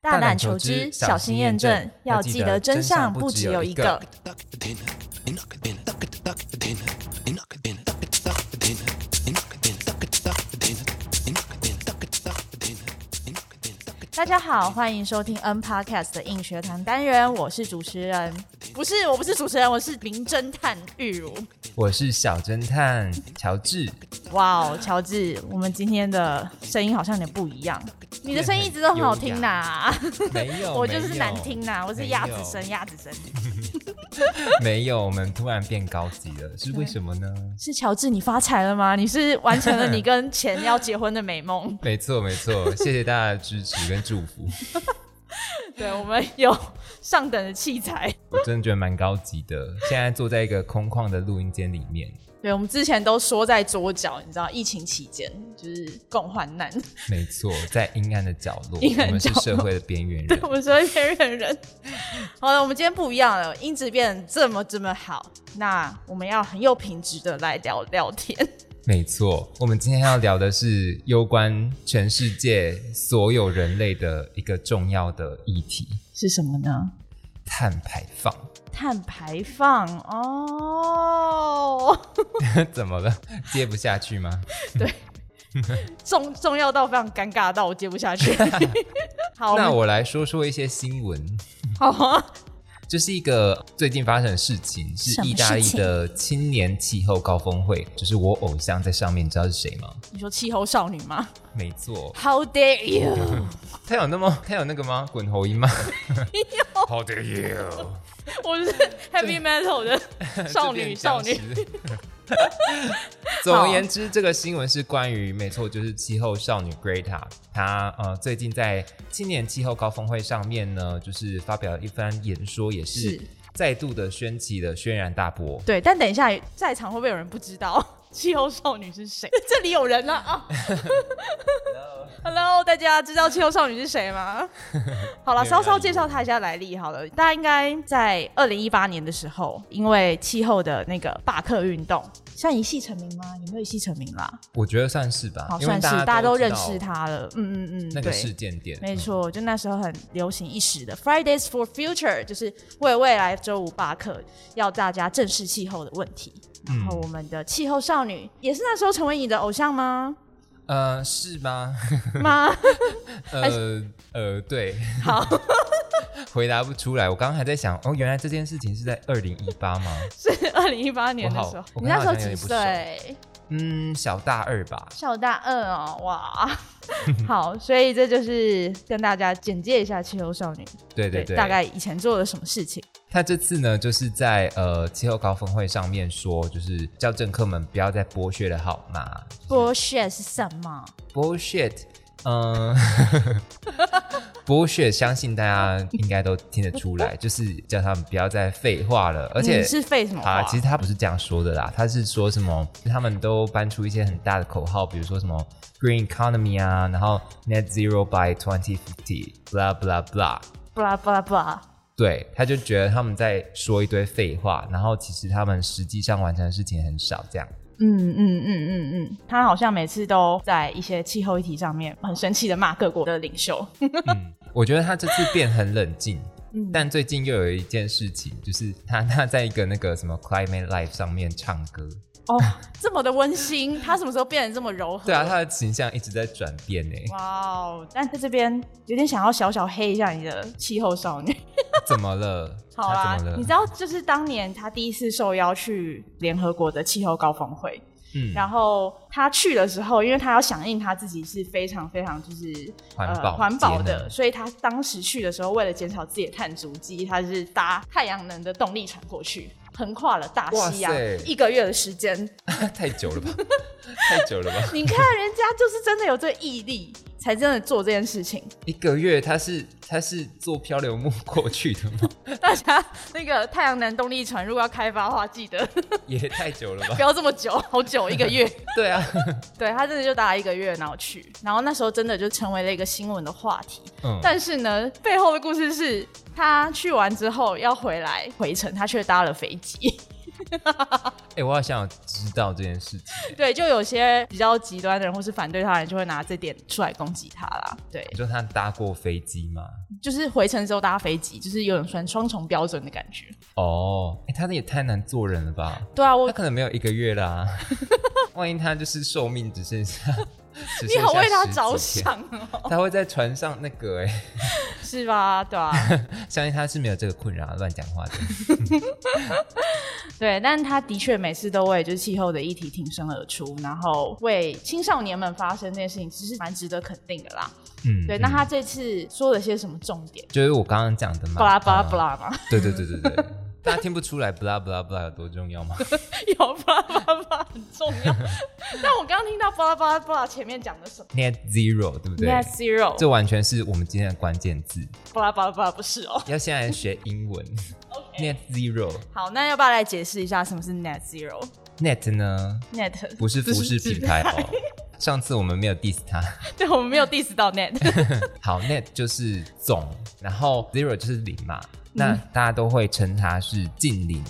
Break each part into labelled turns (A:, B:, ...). A: 大胆求知，小心验证，要记得真相不只有一个。大家好，欢迎收听 N Podcast 的硬学堂单元，我是主持人， 不是，我不是主持人，我是名侦探玉如。
B: 我是小侦探乔治，
A: 哇哦，乔治，我们今天的声音好像有点不一样，你的声音一直都很好听呐、
B: 没有，
A: 我 就是
B: 没有
A: 难听呐、我是鸭子声，
B: 没
A: 鸭子声。
B: 有没有，我们突然变高级了，是为什么呢？。
A: 是乔治，你发财了吗？你是完成了你跟钱要结婚的美梦
B: 没错，没错，谢谢大家的支持跟祝福，
A: 对我们有上等的器材。
B: 我真的觉得蛮高级的。现在坐在一个空旷的录音间里面，
A: 对，我们之前都说在桌角，你知道，疫情期间就是共患难，
B: 没错，在阴暗的角落，
A: 阴暗角落
B: 我们是社会的边缘
A: 对
B: 人
A: 我，们所谓边缘人。好了，我们今天不一样了，音质变得这么这么好，那我们要很有品质的来聊聊天。
B: 没错。我们今天要聊的是攸关全世界所有人类的一个重要的议题
A: 是什么呢？
B: ——碳排放。
A: 碳排放哦，
B: 怎么了？接不下去吗？
A: 重重要到非常尴尬到我接不下 去。好，
B: 那
A: 我
B: 我来说说一些新闻。
A: 们好啊，
B: 这是一个最近发生的事情，是
C: 什么
B: 意大利
C: 事情
B: 的青年气候高峰会，就是我偶像在上面，你知道是谁吗？
A: 你说气候少女吗
B: 没错，
A: ？How dare you！
B: 他有那么他有那个吗？滚喉音吗
A: 哎
B: ？How dare you！
A: 我是 heavy metal 的少女少女。。
B: 总而言之，这个新闻是关于，没错，就是气候少女 Greta，她呃最近在青年气候高峰会上面呢，就是发表了一番演说，也是
A: 是
B: 再度的掀起了轩然大波。
A: 对，但等一下，在场会不会有人不知道 气候少女是谁？ 这里有人了啊！Hello，大 家知道气候少女是谁 吗？好了，
B: 没有人
A: 稍
B: 要
A: 稍
B: 理
A: 介绍她一下来历好了。大家应该在二零一八年的时候，因为气候的那个罢课运动，算一系成名吗？有没有一系成名啦？
B: 我觉得算是吧
A: 好，，
B: 因
A: 算
B: 为
A: 是大家
B: 家
A: 都
B: 知
A: 认
B: 道
A: 识她了。嗯嗯嗯，
B: 那个
A: 对
B: 事件点，
A: 没
B: 嗯
A: 错，就那时候很流行一时的 Fridays for Future，就是为未来周五罢课，要大家正视气候的问题。
B: 嗯
A: 然后我们的气候少女也是那时候成为你的偶像 吗？
B: 呃，是 吗？
A: 妈，
B: 呃呃，对，
A: 好，
B: 回答不出来。我刚刚还在想，哦，原来这件事情是在二零一八吗？
A: 是二零一八年的时
B: 我
A: 候
B: 好，我
A: 你
B: 跟
A: 那
B: 她
A: 时候
B: 好像
A: 几
B: 有点不
A: 岁？
B: 嗯，小大二吧。
A: 小大二哦， 哇，好，所以这就是跟大家简介一下气候少女，
B: 对对对，
A: 大概以前做了什么事情。
B: 他这次呢，就是在呃气候高峰会上面说，就是叫政客们不要再剥削了，好吗
A: Bullshit 是什么？
B: ？bullshit，嗯、bullshit，相信大家应该都听得出来，就是叫他们不要再废话了，而且
A: 你。嗯是废什么话？
B: 啊，其实他不是这样说的啦，他是说什么？他们都搬出一些很大的口号，比如说什么 green economy 啊，然后 net zero by 2050，blah blah blah。
A: blah blah blah。
B: 对，他就觉得他们在说一堆废话，然后其实他们实际上完成的事情很少，这样。
A: 嗯嗯嗯嗯嗯，他好像每次都在一些气候议题上面很生气的骂各国的领 袖。
B: 嗯，我觉得他这次变很冷 静，
A: 嗯
B: 但最近又有一件事情，就是他他在一个那个什么 Climate Life 上面唱歌，
A: 哦，这么的温馨，他什么时候变得这么柔和？
B: 对啊，他的形象一直在转变欸呢，
A: 哇哦！但在这边有点想要小小黑一下你的气候少女。
B: 怎么了？
A: 好啊
B: 他怎么，了？
A: 你知道，就是当年他第一次受邀去联合国的气候高峰会，
B: 嗯，
A: 然后他去的时候，因为他要响应他自己是非常非常就是
B: 环保
A: 呃、环保
B: 节
A: 的，
B: 能
A: 所以他当时去的时候，为了减少自己的碳足迹，他是搭太阳能的动力船过去，横跨了大西洋
B: 哇塞
A: 一个月的时间。
B: 太久了吧，太久了吧，
A: 你看人家就是真的有这毅力，才真的做这件事 情。
B: 一个月他是他是坐漂流木过去的吗？
A: 大家那个太阳能动力船如果要开发的话，记得
B: 也太久了吧
A: 不？要这么久，好久一个月。
B: 对啊，
A: 对他真的就搭了一个月，然后去，然后那时候真的就成为了一个新闻的话题。
B: 嗯，
A: 但是呢，背后的故事是他去完之后要回来回程，他却搭了飞机。
B: 哎、我好想知道这件事情，
A: 对，就有些比较极端的人或是反对他的人，就会拿这点出来攻击他啦。对，
B: 你说他搭过飞机吗？
A: 就是回程之后搭飞机，就是有种算双重标准的感觉。
B: 哦，哎、他也太难做人了吧？
A: 对啊，我
B: 他可能没有一个 月啦，万一他就是寿命只剩下，只
A: 你好
B: 剩下
A: 为他
B: 10几
A: 着
B: 天，
A: 想哦，
B: 他会在船上那个哎、
A: 是吧？对啊，
B: 相信他是没有这个困扰啊，乱讲话的。
A: 对，但他的确每次都为就是气候的议题挺身而出，然后为青少年们发声这件事情，其实蛮值得肯定的啦。
B: 嗯，
A: 对，那
B: 嗯
A: 他这次说了些什么重点？
B: 就是我刚刚讲的嘛，嗯
A: 巴拉巴拉巴
B: 拉，
A: 拉嘛，
B: 对对对对 对，大家听不出来巴拉巴拉巴拉有多重 要吗？
A: 有巴拉巴拉巴拉很重 要。但我刚刚听到巴拉巴拉巴拉前面讲的什么
B: Net zero，对不对
A: ？Net zero，
B: 这完全是我们今天的关键字。
A: 巴拉巴拉巴拉不是哦。
B: 要现在学英文，Net zero。
A: 好，那要不要来解释一下什么是 Net Zero？Net
B: Net 呢，不是服饰品牌哦。 上次我们没有 diss 它。
A: 对，我们没有 diss 到 Net。
B: 好，Net 就是总，然后 zero 就是零嘛。那大家都会称它是近零，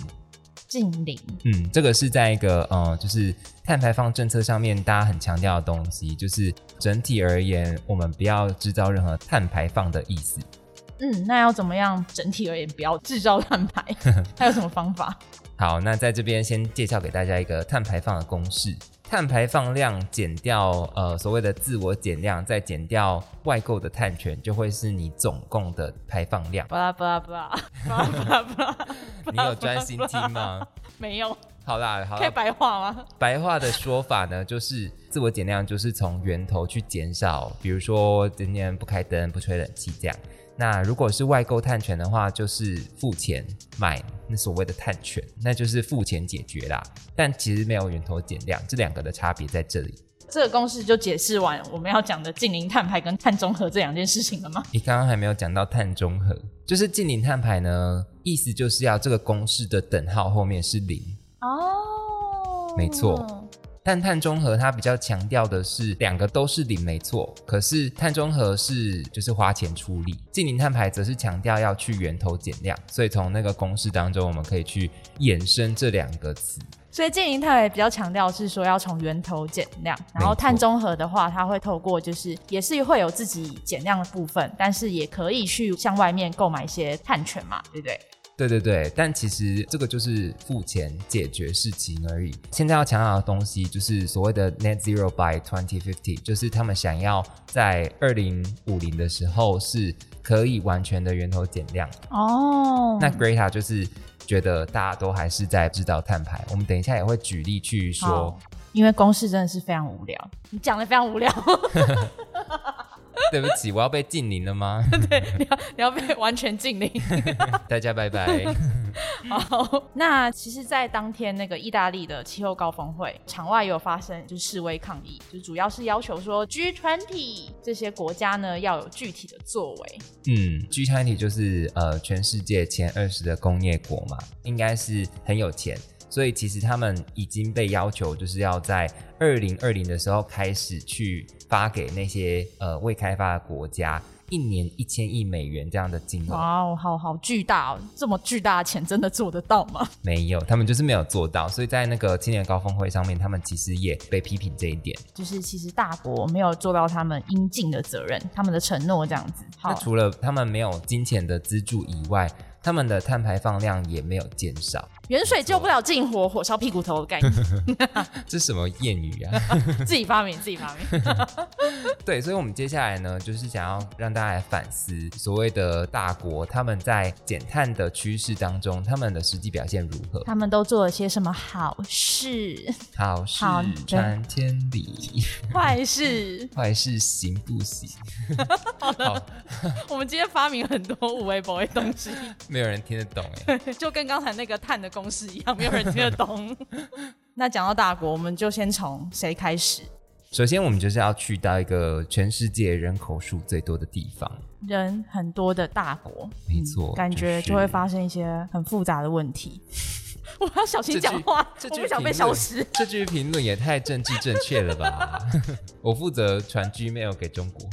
A: 近零，
B: 嗯，这个是在一个呃，就是碳排放政策上面大家很强调的东西，就是整体而言，我们不要制造任何碳排放的意思。
A: 嗯，那要怎么样整体而言不要制造碳 排？还有什么方法？
B: 好，那在这边先介绍给大家一个碳排放的公式：碳排放量减掉呃所谓的自我减量，再减掉外购的碳权，就会是你总共的排放 量。
A: 巴拉巴拉巴拉巴拉巴拉巴拉，
B: 你有专心听 吗？
A: 没有，
B: 好啦，好
A: 可以
B: 啦，
A: 白话吗？
B: 白话的说法呢，就是自我减量，就是从源头去减少，比如说今天不开灯、不吹冷气这样。那如果是外购碳权的话，就是付钱买那所谓的碳权，那就是付钱解决啦。但其实没有源头减量，这两个的差别在这里。
A: 这个公式就解释完我们要讲的近零碳排跟碳中和这两件事情了吗？
B: 你刚刚还没有讲到碳中和，就是近零碳排呢，意思就是要这个公式的等号后面是零，
A: 哦
B: 没错，但碳中和它比较强调的是两个都是零没错，可是碳中和是就是花钱出力，近零碳排则是强调要去源头减量，所以从那个公式当中我们可以去衍生这两个词。
A: 所以近零碳排比较强调是说要从源头减量，然后
B: 没错
A: 碳中和的话，它会透过就是也是会有自己减量的部分，但是也可以去向外面购买一些碳权嘛，对不对？
B: 对对对，但其实这个就是付钱解决事情而已。现在要强调的东西就是所谓的 net zero by 2050，就是他们想要在二零五零的时候是可以完全的源头减量。
A: 哦
B: 那 Greta 就是觉得大家都还是在制造碳排，我们等一下也会举例去说
A: 好。因为公式真的是非常无聊，你讲的非常无聊，
B: 对不起，我要被禁零了吗？
A: 你要你要 被完全禁令。
B: 大家拜拜。
A: 好，那其实，在当天那个意大利的气候高峰会，场外也有发生就是示威抗议，就主要是要求说 G20 这些国家呢要有具体的作为。
B: 嗯，G 2 0就是呃全世界前二十的工业国嘛，应该是很有钱，所以其实他们已经被要求就是要在二零二零的时候开始去发给那些呃未开发的国家一年一千亿美元这样的金额。
A: 哇哦，好好巨大哦！这么巨大的钱真的做得到吗？
B: 没有，他们就是没有做到，所以在那个青年高峰会上面，他们其实也被批评这一点。
A: 就是其实大国没有做到他们应尽的责任，他们的承诺这样子。好，
B: 那除了他们没有金钱的资助以外，他们的碳排放量也没有减 少，
A: 远水救不了近火，火烧屁股头的概 念，
B: 这是什么谚语啊？
A: 自己发明，自己发 明。
B: 对，所以我们接下来呢，就是想要让大家来反思所谓的大国他们在减碳的趋势当中，他们的实际表现如何？
A: 他们都做了些什么好 事、
B: 好事
A: 好对
B: 传千里，
A: 坏事？
B: 坏事行不行？好，
A: 我们今天发明很多无微不微东西，
B: 没有人听得懂哎。
A: 就跟刚才那个碳的公式一样，没有人听得懂。 那讲到大国，我们就先从谁开始？
B: 首先，我们就是要去到一个全世界人口数最多的地方，
A: 人很多的大国，
B: 没错
A: 嗯感觉
B: 就是
A: 就会发生一些很复杂的问题。 我要小心讲话，
B: 这
A: 我
B: 句
A: 不想被消失。。
B: 这句评论也太政治正确了吧！ 我负责传 Gmail 给中国。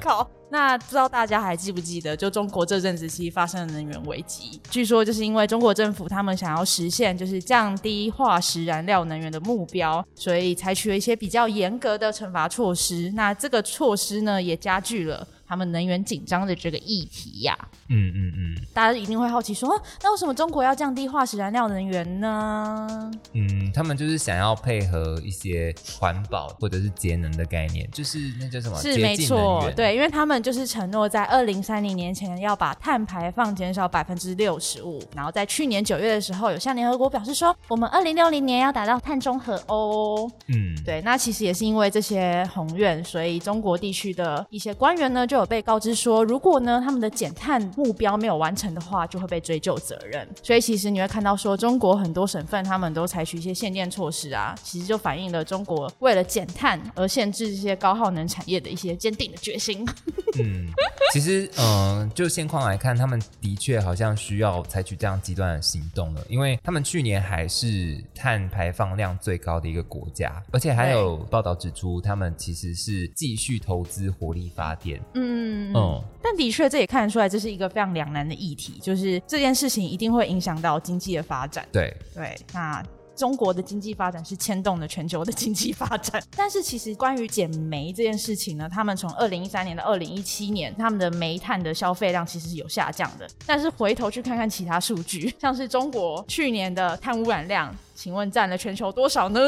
A: 靠！那不知道大家还记不记得，就中国这阵子其实发生了能源危机，据说就是因为中国政府他们想要实现就是降低化石燃料能源的目标，所以采取了一些比较严格的惩罚措施。那这个措施呢，也加剧了他们能源紧张的这个议题呀、
B: 嗯嗯嗯
A: 大家一定会好奇说，哦那为什么中国要降低化石燃料能源呢？
B: 嗯，他们就是想要配合一些环保或者是节能的概念，就是那叫什么？
A: 是
B: 洁
A: 没
B: 净能
A: 错，
B: 源。
A: 对，因为他们就是承诺在二零三零年前要把碳排放减少百分之六十五，然后在去年九月的时候，有向联合国表示说，我们二零六零年要达到碳中和哦。
B: 嗯，
A: 对，那其实也是因为这些宏愿，所以中国地区的一些官员呢就有被告知说，如果呢他们的减碳目标没有完成的话，就会被追究责任。所以其实你会看到说，中国很多省份他们都采取一些限电措施啊，其实就反映了中国为了减碳而限制这些高耗能产业的一些坚定的决心。
B: 嗯，其实，嗯、就现况来看，他们的确好像需要采取这样极端的行动了，因为他们去年还是碳排放量最高的一个国家，而且还有报道指出，他们其实是继续投资火力发电。
A: 嗯
B: 嗯，
A: 但的确，这也看得出来，这是一个非常两难的议题，就是这件事情一定会影响到经济的发展。
B: 对，
A: 对，那中国的经济发展是牵动了全球的经济发展。 但是其实关于减煤这件事情呢，他们从二零一三年到二零一七年，他们的煤炭的消费量其实是有下降的。但是回头去看看其他数据， 像是中国去年的碳污染量。请问占了全球多少呢？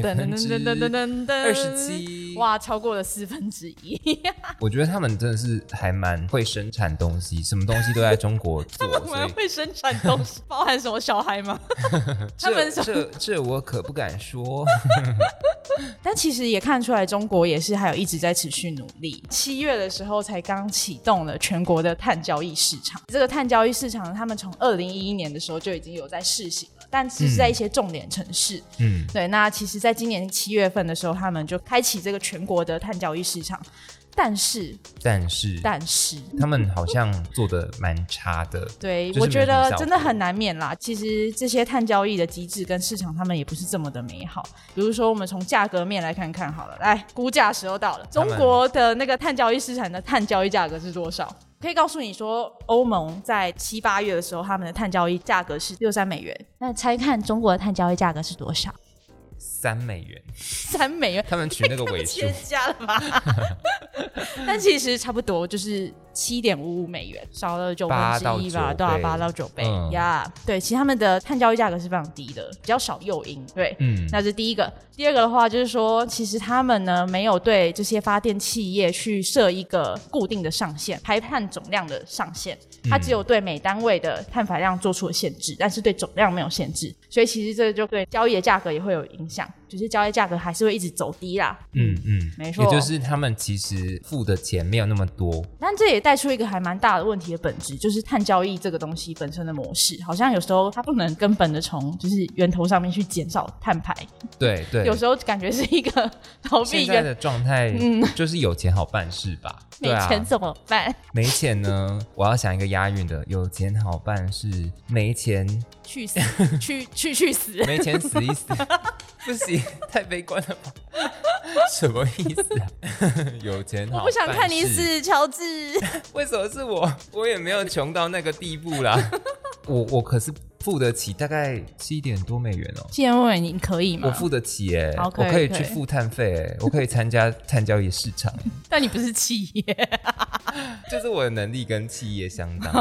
A: 噔噔噔噔噔噔噔，
B: 27
A: 哇，超过了四分之一。
B: 我觉得他们真的是还蛮会生产东西，什么东西都在中国 做，
A: 我
B: 所
A: 们
B: 以
A: 会生产东西，包含什么小孩 吗？ 他们
B: 这这这我可不敢说。
A: 但其实也看出来，中国也是还有一直在持续努力。七月的时候才刚启动了全国的碳交易市场，这个碳交易市场他们从二零一一年的时候就已经有在试行了，但是是在一些重点城市。
B: 嗯，
A: 对，那其实在今年七月份的时候，他们就开启这个全国的碳交易市场，但是
B: 但是
A: 但是。
B: 他们好像做的蛮差的。
A: 对
B: 就，是
A: 我
B: 没
A: 觉
B: 有什么
A: 得
B: 效
A: 真的
B: 果
A: 很难免啦。其实这些碳交易的机制跟市场，他们也不是这么的美好。比如说，我们从价格面来看看好了，来估价时候到了，
B: 他
A: 中
B: 们
A: 国的那个碳交易市场的碳交易价格是多少？可以告诉你说，欧盟在七八月的时候，他们的碳交易价格是六三美元。那猜看中国的碳交易价格是多少？
B: 三美元，
A: 三美元，
B: 他们取 那个尾数
A: 天，价了吧？ 但其实差不多就是七点五五美元，少了九分
B: 八到
A: 之一
B: 九
A: 吧，对啊，
B: 倍
A: 八到九倍
B: 嗯
A: 呀。对，其实他们的碳交易价格是非常低的，比较少诱因。对，
B: 嗯，
A: 那是第一个。第二个的话，就是说，其实他们呢没有对这些发电企业去设一个固定的上限，排碳总量的上限，它
B: 嗯
A: 只有对每单位的碳排量做出了限制，但是对总量没有限制，所以其实这就对交易的价格也会有影响，就是交易价格还是会一直走低啦。
B: 嗯嗯，
A: 没错
B: 也就是他们其实付的钱没有那么多，
A: 但这也带出一个还蛮大的问题的本质，就是碳交易这个东西本身的模式，好像有时候它不能根本的从就是源头上面去减少碳排，
B: 对对，
A: 有时候感觉是一个 逃避
B: 现在
A: 源，
B: 的状态，就是有钱好办事吧？
A: 嗯没
B: 对啊
A: 钱怎么 办？
B: 没钱呢，我要想一个押韵的，有钱好办事，没钱
A: 去死，去去去 死！
B: 没钱死一死， 不行，太悲观了吧？ 什么意思啊？ 有钱好
A: 我不想
B: 办
A: 看你
B: 事
A: 死，乔治。
B: 为什么是我？我也没有穷到那个地步 啦。我我可是付得起，大概七点多美元哦。
A: 既然问你可以
B: 我
A: 吗？
B: 付得起耶、
A: 好可以
B: 我可以
A: 可以
B: 去付碳费、耶，我可以参加碳交易市场、
A: 但你不是企业，
B: 就是我的能力跟企业相当，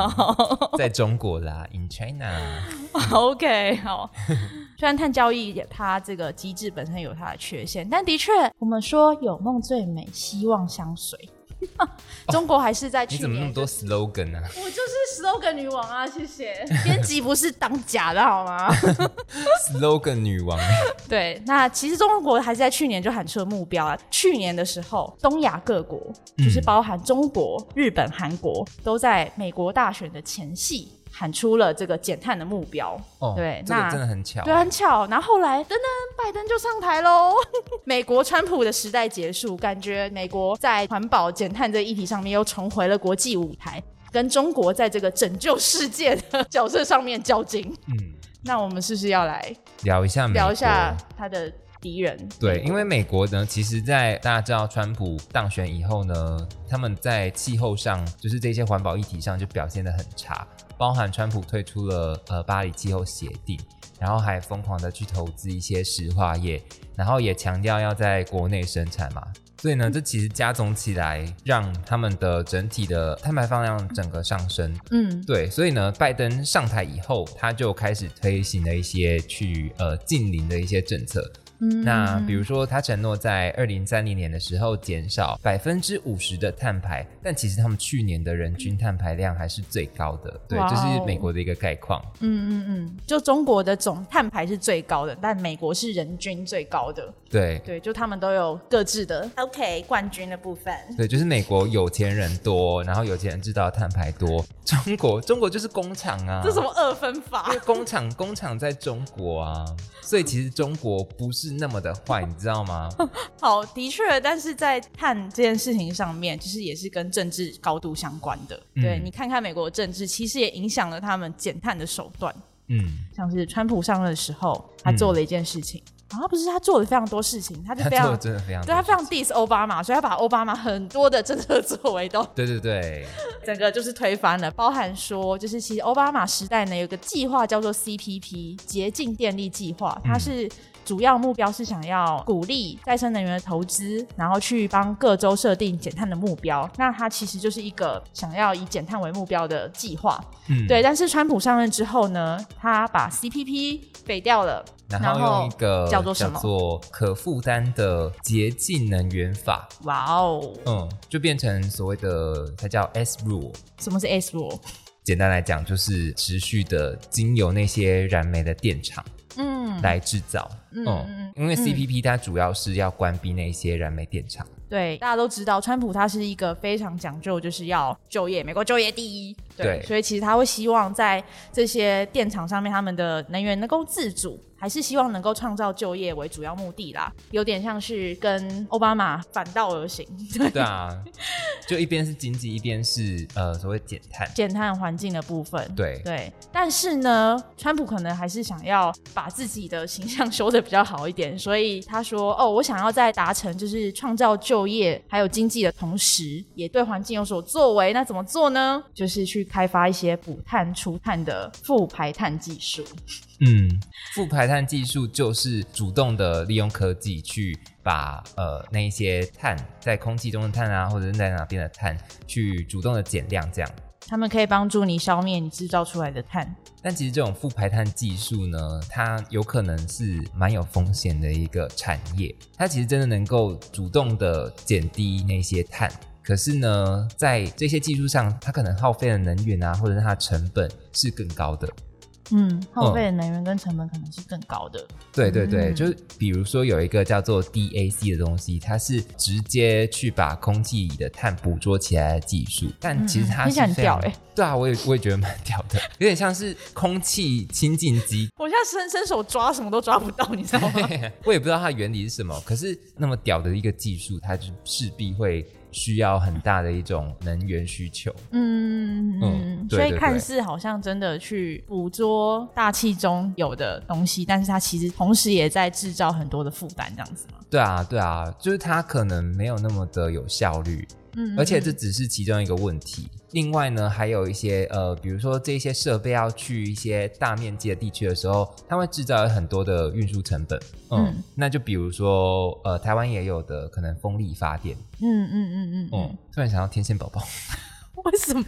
B: 在中国啦，in China，
A: 哦 OK，好。 虽然碳交易它这个机制本身有它的缺陷，但的确，我们说有梦最美，希望相 随。中国还是在
B: 你
A: 去
B: 怎么那
A: 年
B: 么，多 slogan 啊？
A: 我就是 slogan 女王啊，谢谢。 编辑不是当假的好吗？
B: slogan 女王，
A: 对，那其实中国还是在去年就喊出了目标啊。去年的时候，东亚各国就是包含中国、日本、韩国，都在美国大选的前夕喊出了这个减碳的目标。
B: 哦，
A: 对
B: 这个
A: 那
B: 真的很巧，
A: 对，啊很巧。然后后来，噔噔，拜登就上台喽。 美国川普的时代结束，感觉美国在环保减碳这个议题上面又重回了国际舞台，跟中国在这个拯救世界的角色上面较劲。
B: 嗯，
A: 那我们是不是要来
B: 聊一下美
A: 聊一下
B: 国
A: 他的敌人？
B: 对，因为美国呢，其实在大家知道川普当选以后呢，他们在气候上，就是这些环保议题上就表现得很差，包含川普退出了呃巴黎气候协定，然后还疯狂的去投资一些石化业，然后也强调要在国内生产嘛。所以呢，这其实加总起来，让他们的整体的碳排放量整个上升，
A: 嗯，
B: 对，所以呢，拜登上台以后，他就开始推行了一些去呃近邻的一些政策。
A: 嗯
B: 那比如说，他承诺在二零三零年的时候减少百分之五十的碳排，但其实他们去年的人均碳排量还是最高的。对，
A: 哇
B: 这
A: 哦
B: 是美国的一个概况。
A: 嗯嗯嗯，就中国的总碳排是最高的，但美国是人均最高的。
B: 对
A: 对，就他们都有各自的 OK 冠军的部分。
B: 对，就是美国有钱人多，然后有钱人制造的碳排多。 中国中国就是工厂啊，
A: 这什么二分法
B: 因为？工厂工厂在中国啊，所以其实中国不是那么的坏，你知道 吗？
A: 好，的确，但是在碳这件事情上面，就是也是跟政治高度相关的。
B: 嗯
A: 对你看看美国的政治，其实也影响了他们减碳的手段。
B: 嗯。
A: 像是川普上任的时候，他做了一件事情，然后不是他做了非常多事情，他就
B: 他
A: 非
B: 做
A: 常
B: 的真的非常
A: 对他非常 diss 奥巴马，所以他把奥巴马很多的政策作为都
B: 对对对，
A: 整个就是推翻了，包含说，就是其实奥巴马时代呢有个计划叫做 CPP 洁净电力计划，
B: 嗯
A: 它是主要目标是想要鼓励再生能源的投资，然后去帮各州设定减碳的目标。那它其实就是一个想要以减碳为目标的计划，
B: 嗯，
A: 对。但是川普上任之后呢，他把 CPP 废掉了，
B: 然后用一个
A: 叫做什么
B: 做可负担的洁净能源法，
A: 哇哦，
B: 嗯，就变成所谓的它叫 S rule。
A: 什么是 S rule？
B: 简单来讲，就是持续的经由那些燃煤的电厂
A: 嗯，
B: 来制造，嗯，因为 CPP 它主要是要关闭那些燃煤电厂，
A: 对，大家都知道，川普他是一个非常讲究，就是要就业，美国就业第一。
B: 对
A: 所以其实他会希望在这些电厂上面，他们的能源能够自主，还是希望能够创造就业为主要目的啦。有点像是跟奥巴马反道而行，对，
B: 对 啊，就一边是经济，一边是呃所谓减碳，
A: 减碳环境的部分。
B: 对，
A: 对，但是呢，川普可能还是想要把自己的形象修的比较好一点，所以他说：“哦，我想要在达成就是创造就业还有经济的同时，也对环境有所作为。那怎么做呢？就是去开发一些补碳除碳的负排碳技术。
B: 嗯，负排碳技术就是主动的利用科技去把呃那一些碳在空气中的碳啊，或者是在哪边的碳，去主动的减量这样。
A: 他们可以帮助你消灭你制造出来的碳。
B: 但其实这种负排碳技术呢，它有可能是蛮有风险的一个产业。它其实真的能够主动的减低那些碳，可是呢，在这些技术上，它可能耗费的能源啊，或者是它的成本是更高的。
A: 嗯，耗费的能源跟成本可能是更高的。
B: 对对对，
A: 嗯
B: 就是比如说有一个叫做 DAC 的东西，它是直接去把空气里的碳捕捉起来的技术，但其实
A: 嗯听
B: 它是
A: 起来很
B: 非常、
A: 屌欸
B: 对啊，我也我也觉得蛮屌的，有点像是空气清净机。
A: 我现在伸伸手抓什么都抓不到，你知道吗？
B: 我也不知道它的原理是什么，可是那么屌的一个技术，它就势必会需要很大的一种能源需求。
A: 嗯，嗯
B: 嗯对
A: 所以
B: 对
A: 看
B: 对
A: 似好像真的去捕捉大气中有的东西，但是它其实同时也在制造很多的负担，这样子嘛。
B: 对啊，对啊，就是它可能没有那么的有效率，
A: 嗯
B: 而且这只是其中一个问题。另外呢，还有一些呃，比如说这些设备要去一些大面积的地区的时候，它会制造很多的运输成本。嗯，
A: 嗯
B: 那就比如说呃，台湾也有的可能风力发电。
A: 嗯嗯嗯嗯
B: 嗯，突然想到天线宝宝，
A: 为什么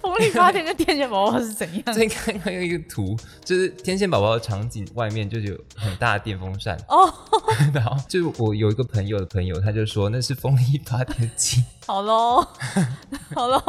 A: 风力发电跟电线宝宝是怎 样？
B: 这应该看一个图，就是天线宝宝的场景外面就是有很大的电风扇，
A: 哦，
B: 然后就是我有一个朋友的朋友，他就说那是风力发电机，
A: 好喽， 好喽，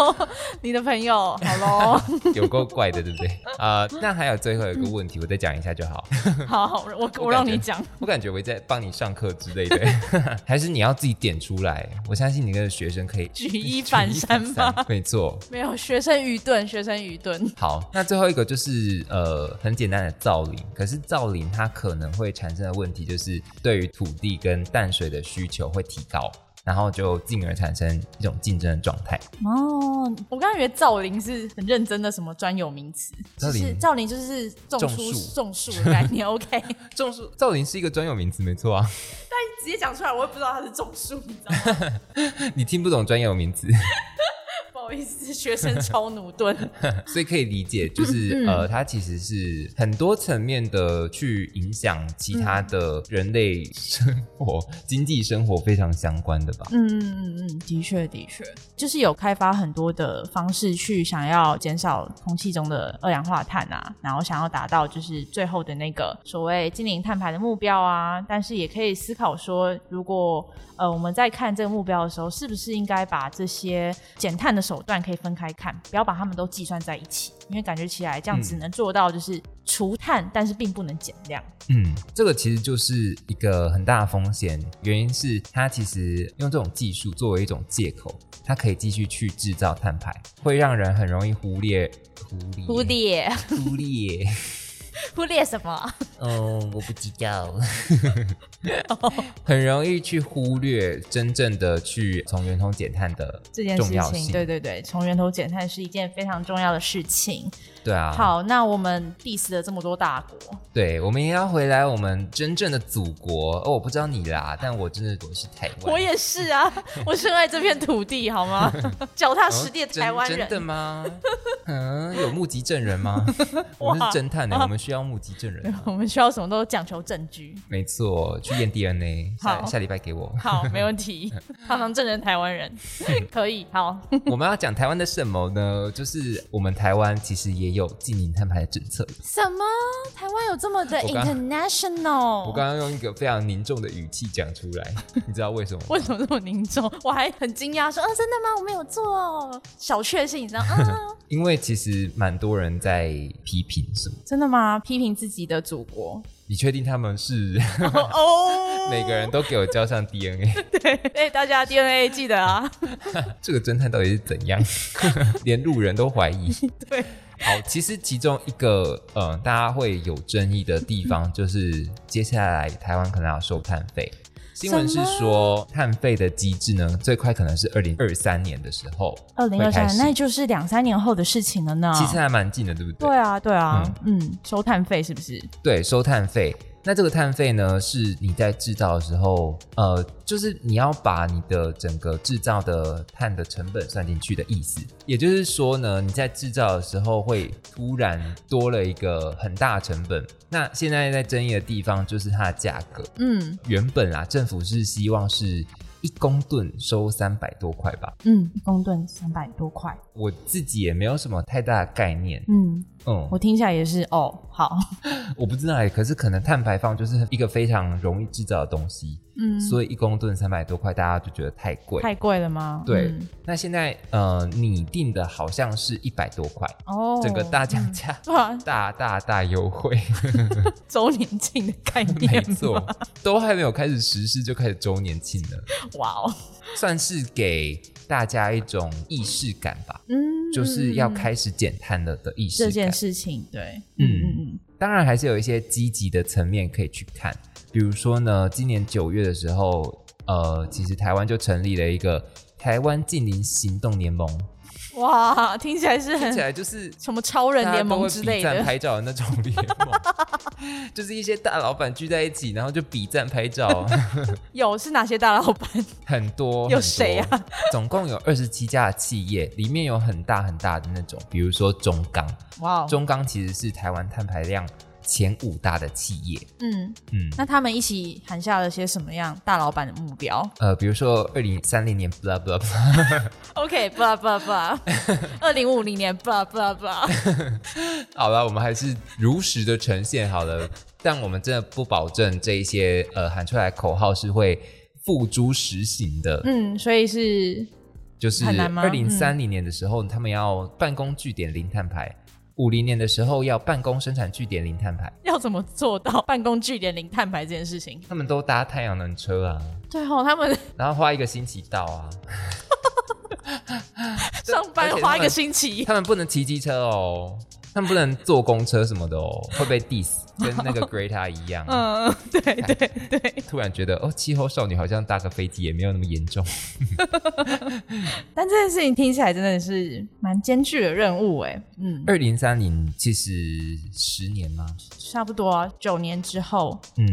A: 你的朋友，好 喽，
B: 有够怪的，对不对？ 啊，那还有最后一个问题，我再讲一下就好。
A: 好，好我我让你讲。
B: 我感觉我在帮你上课之类的， 还是你要自己点出来？我相信你跟学生可以
A: 举一反三吧
B: 没错。
A: 没有学生愚钝，学生愚钝。
B: 好，那最后一个就是呃很简单的造林，可是造林它可能会产生的问题就是对于土地跟淡水的需求会提高。然后就进而产生一种竞争的状态。
A: 哦，我刚刚以为造林是很认真的什么专有名词，
B: 造
A: 就
B: 林
A: 是造林就是种
B: 种
A: 出
B: 树
A: 种树的概念，OK？
B: 种树造林是一个专有名词，没错啊，
A: 直接讲出来，我也不知道它是种树，你知道吗？
B: 你听不懂专有名词，
A: 不好意思，学生超努顿。
B: 所以可以理解，就是呃，它其实是很多层面的去影响其他的人类生活、经济生活非常相关的吧。
A: 嗯嗯嗯，的确的确，就是有开发很多的方式去想要减少空气中的二氧化碳啊，然后想要达到就是最后的那个所谓净零碳排的目标啊。但是也可以思考说，如果呃我们在看这个目标的时候，是不是应该把这些减碳的手段可以分开看，不要把它们都计算在一起，因为感觉起来这样只能做到就是除碳，但是并不能减量。
B: 嗯，这个其实就是一个很大的风险，原因是它其实用这种技术作为一种借口，它可以继续去制造碳排，会让人很容易忽略忽略
A: 忽 略
B: 忽略。
A: 忽略什么？
B: 嗯，我不知 道，很容易去忽略真正的去从源头减碳的
A: 这件
B: 重
A: 事
B: 要
A: 情，
B: 性。
A: 对对对，从源头减碳是一件非常重要的事情。
B: 对啊，，
A: 好，那我们 diss 了这么多大国，
B: 对，我们也要回来我们真正的祖国。哦，我不知道你啦，但我真的我是台湾，
A: 我也是啊，我深爱这片土地，好吗？ 脚踏实地的
B: 哦真
A: 台湾
B: 嗯真的
A: 人，
B: 吗？嗯，有目击证人吗？我们是侦探 欸呢、我们需要目击证人啊、
A: 我们需要什么都讲求证据。
B: 没错，去验 DNA，下
A: 好
B: 下礼拜给我。
A: 好，没问题，堂堂正人台湾人，可以。 好，
B: 我们要讲台湾的什么呢？就是我们台湾其实也有禁零碳排的政策。
A: 什么？台湾有这么的
B: 我刚
A: international？
B: 我刚刚用一个非常凝重的语气讲出来，你知道 为什么吗？
A: 为什么这么凝重？我还很惊讶，说：“啊，真的吗？我没有做哦，小确幸，你 知道？啊，
B: 因为其实蛮多人在批评什么。
A: 真的吗？批评自己的祖国，
B: 你确定他们是
A: 哦，
B: 每个人都给我交上 DNA？
A: 对，哎，大家 DNA 记得啊，
B: 这个侦探到底是怎样？ 连路人都怀疑。
A: 对，
B: 好，其实其中一个呃，大家会有争议的地方，就是接下来台湾可能要收碳费。新闻是
A: 什么
B: 说，碳费的机制呢，最快可能是二零二三年的时候
A: 二零
B: 会
A: 二
B: 开
A: 三，
B: 始，
A: 那就是两三年后的事情了呢。
B: 其实还蛮近的，对不对？
A: 对啊，对啊，嗯，收碳费是不是？
B: 对，收碳费。那这个碳费呢，是你在制造的时候，呃，就是你要把你的整个制造的碳的成本算进去的意思。也就是说呢，你在制造的时候会突然多了一个很大的成本。那现在在争议的地方就是它的价格。
A: 嗯
B: 原本啊，政府是希望是一公吨收三百多块吧，
A: 嗯，一公吨三百多块，
B: 我自己也没有什么太大的概念。
A: 嗯，
B: 嗯，
A: 我听起来也是哦，好，
B: 我不知道欸，可是可能碳排放就是一个非常容易制造的东西，
A: 嗯，
B: 所以一公吨三百多块，大家就觉得太贵。
A: 太贵了吗？
B: 对，
A: 嗯
B: 那现在呃，你定的好像是一百多块，
A: 哦，
B: 整个大降价，
A: 对啊，
B: 大大大优惠，
A: 周年庆的概念，
B: 没错，，都还没有开始实施就开始周年庆了，
A: 哇哦，
B: 算是给大家一种意识感吧，
A: 嗯，
B: 就是要
A: 嗯嗯
B: 开始减碳了的意识
A: 这
B: 感。
A: 件事情，对，
B: 嗯
A: 嗯嗯
B: 当然还是有一些积极的层面可以去看，比如说呢，今年九月的时候，呃，其实台湾就成立了一个台湾近邻行动联盟，
A: 嗯，哇，听起来是
B: 听
A: 很
B: 起 来就是
A: 什么超人联盟
B: 大家都会
A: 之类
B: 比赞
A: 的，
B: 拍照的那种联盟，就是一些大老板聚在一起，然后就比赞拍照，
A: 有是哪些大老板？
B: 很多
A: 有谁啊？
B: 很多总共有二十七家的企业，里面有很大很大的那种，比如说中钢，
A: 哇哦，
B: 中钢其实是台湾碳排量前五大的企业，
A: 嗯，
B: 嗯。
A: 那他们一起喊下了些什么样大老板的目标
B: 呃，比如说二零三零年，blah blah blah，
A: ？OK，不啦不啦不啦， 二零五零年不啦不啦不啦，
B: 好了，我们还是如实的呈现好了，但我们真的不保证这一些呃喊出来的口号是会付诸实行的。
A: 嗯，所以是
B: 就是
A: 很难吗
B: 二零
A: 嗯
B: 三零年的时候，他们要办公据点零碳排；五零年的时候要办公生产据点零碳排。
A: 要怎么做到办公据点零碳排这件事情？
B: 他们都搭太阳能车啊，
A: 对哦，他们
B: 然后花一个星期到啊。
A: 上班
B: 而且他们
A: 花一个星期，
B: 他们不能骑机车哦，他们不能坐公车什么的哦，会被 diss，跟 那个 Greta 一样。啊
A: 嗯，对对对。
B: 突然觉得哦，气候少女好像搭个飞机也没有那么严
A: 嗯
B: 重。
A: 但这件事情听起来真的是蛮艰巨的任务哎、嗯，
B: 二零三零其实十年吗？
A: 差不多啊九、年之后，
B: 嗯，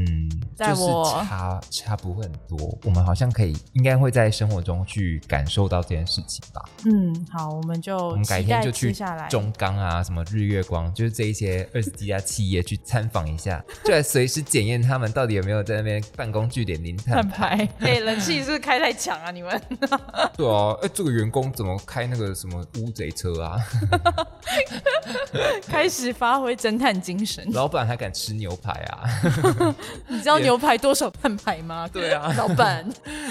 A: 在
B: 就是
A: 我
B: 差差不会很多。我们好像可以，应该会在生活中去感受到这件事情吧。
A: 嗯，好，我们就
B: 我们改
A: 期
B: 天
A: 待
B: 就
A: 接
B: 去
A: 下来。
B: 中钢啊，什么日月光，就是这一 些二十几家企业去参访一下，就来随时检验他们到底有没有在那边办公据点 零碳
A: 碳排，哎、冷气是不是开太强啊？ 你们
B: 对啊，哎、这个员工怎么开那个什么乌贼车啊？
A: 开始发挥侦探精神。
B: 老板还敢吃牛排啊？
A: 你知道牛排多少碳排吗？
B: 对啊
A: 老 板，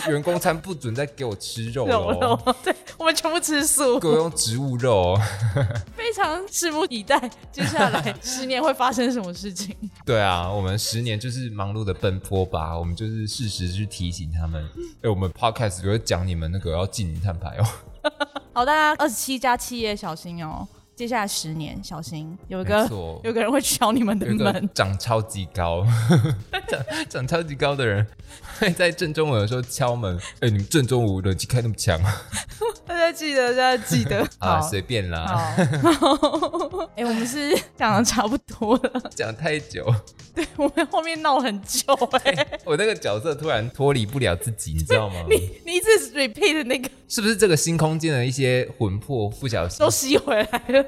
B: 员工餐不准再给我吃肉
A: 肉
B: 喽，
A: 肉， 对我们全部吃 素
B: 给，我用植物肉 哦。
A: 非常拭目以待。接下 来十年会发生什么事情？
B: 对啊，我们十年就是忙碌的奔波吧，我们就是适时去提醒他们。哎、我们 podcast 就会讲你们那个要禁零碳排哦。
A: 好，大家二十七加企业小心哦。接下来十年小心，有一个
B: 没错
A: 有个人会敲你们的
B: 有一个
A: 门。
B: 长超级高， 长长超级高的人 会在正中午的时候敲门。哎、你们正中午冷气开那么强啊？
A: 大家记得，大家记得。好，
B: 啊，随便啦，
A: 好。 哎、我们是讲的差不多了，
B: 讲太久，
A: 对我们后面闹很久哎、
B: 我那个角色突然脱离不了自己，你知道吗？
A: 你你一直 repeat 的那个
B: 是不是这个新空间的一些魂魄不小心
A: 都？吸回来了。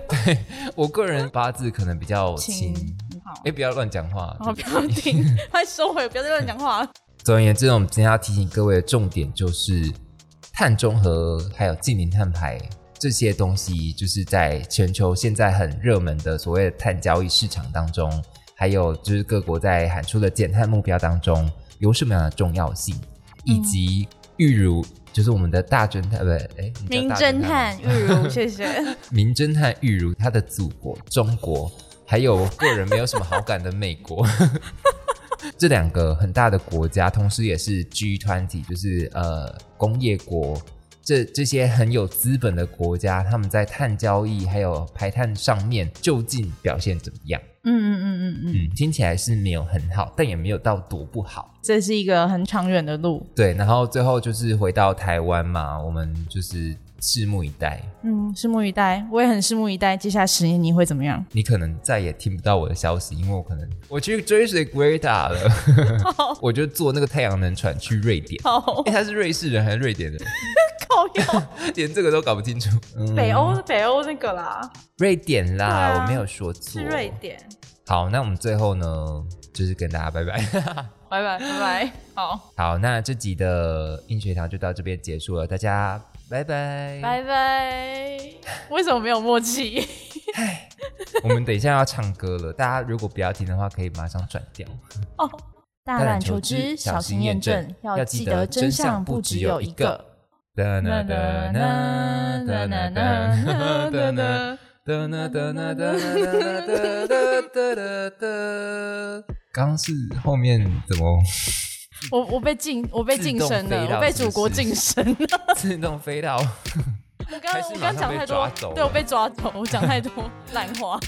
B: 我个人八字可能比较
A: 请。
B: 轻
A: 好
B: 哎、，不要乱讲话。
A: 好，不要停，快收回，不要再乱讲话。
B: 总而言之，我们今天要提醒各位的重点就是，碳中和还有近零碳排这些东西，就是在全球现在很热门的所谓的碳交易市场当中，还有就是各国在喊出的减碳目标当中，有什么样的重要性，以及例如就是我们的大侦探，呃不对，哎，你
A: 名
B: 叫大
A: 侦
B: 吗
A: 探玉如，谢 谢。
B: 名侦探玉如他的祖国中国，还有我个人没有什么好感的美国。 这两个很大的国家，同时也是 G 团体，就是呃工业国，这这些很有资本的国家，他们在碳交易还有排碳上面究竟表现怎么样？
A: 嗯嗯嗯嗯嗯，
B: 嗯，听起来是没有很好，但也没有到多不好。
A: 这是一个很长远的路。
B: 对，然后最后就是回到台湾嘛，我们就是拭目以待。
A: 嗯，拭目以待，我也很拭目以待。接下来十年你会怎么样？
B: 你可能再也听不到我的消息，因为我可能我去追随 Greta 了， 我就坐那个太阳能船去瑞典。
A: 好，
B: 哎、他是瑞士人还是瑞典 人？
A: 靠腰，
B: 连这个都搞不清楚。嗯，
A: 北欧北欧那个啦，
B: 瑞典啦，
A: 对啊
B: 我没有说错。
A: 是瑞。典。
B: 好，那我们最后呢，就是跟大家拜 拜。
A: 拜拜拜拜， 好，
B: 好，那这集的硬学堂就到这边结束了，大家拜拜。
A: 拜拜。为什么没有默契？
B: 我们等一下要唱歌了，大家如果不要听的话，可以马上转掉。
A: 大
B: 胆求知小心验证要记得真相不只有一个。哒
A: 哒
B: 哒
A: 哒
B: 哒
A: 哒
B: 哒
A: 哒哒
B: 哒哒
A: 哒 哒哒
B: 哒哒哒。哒啦哒啦哒啦哒啦哒哒哒哒。刚刚是后面怎么
A: 我我被晋我被晋升
B: 自动飞
A: 了，
B: 到
A: 我被祖国晋升了。
B: 自动飞到？
A: 我刚
B: 还是
A: 我
B: 马
A: 刚
B: 上
A: 讲
B: 被
A: 太
B: 抓
A: 多
B: 走，
A: 对我被抓走，我讲太多 烂话。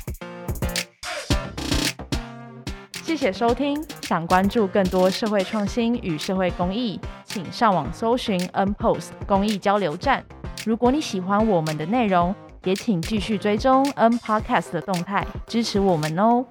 A: 谢谢收听，想关注更多社会创新与社会公益，请上网搜寻 NPost 公益交流站。如果你喜欢我们的内容，也请继续追踪 N Podcast 的动态，支持我们哦。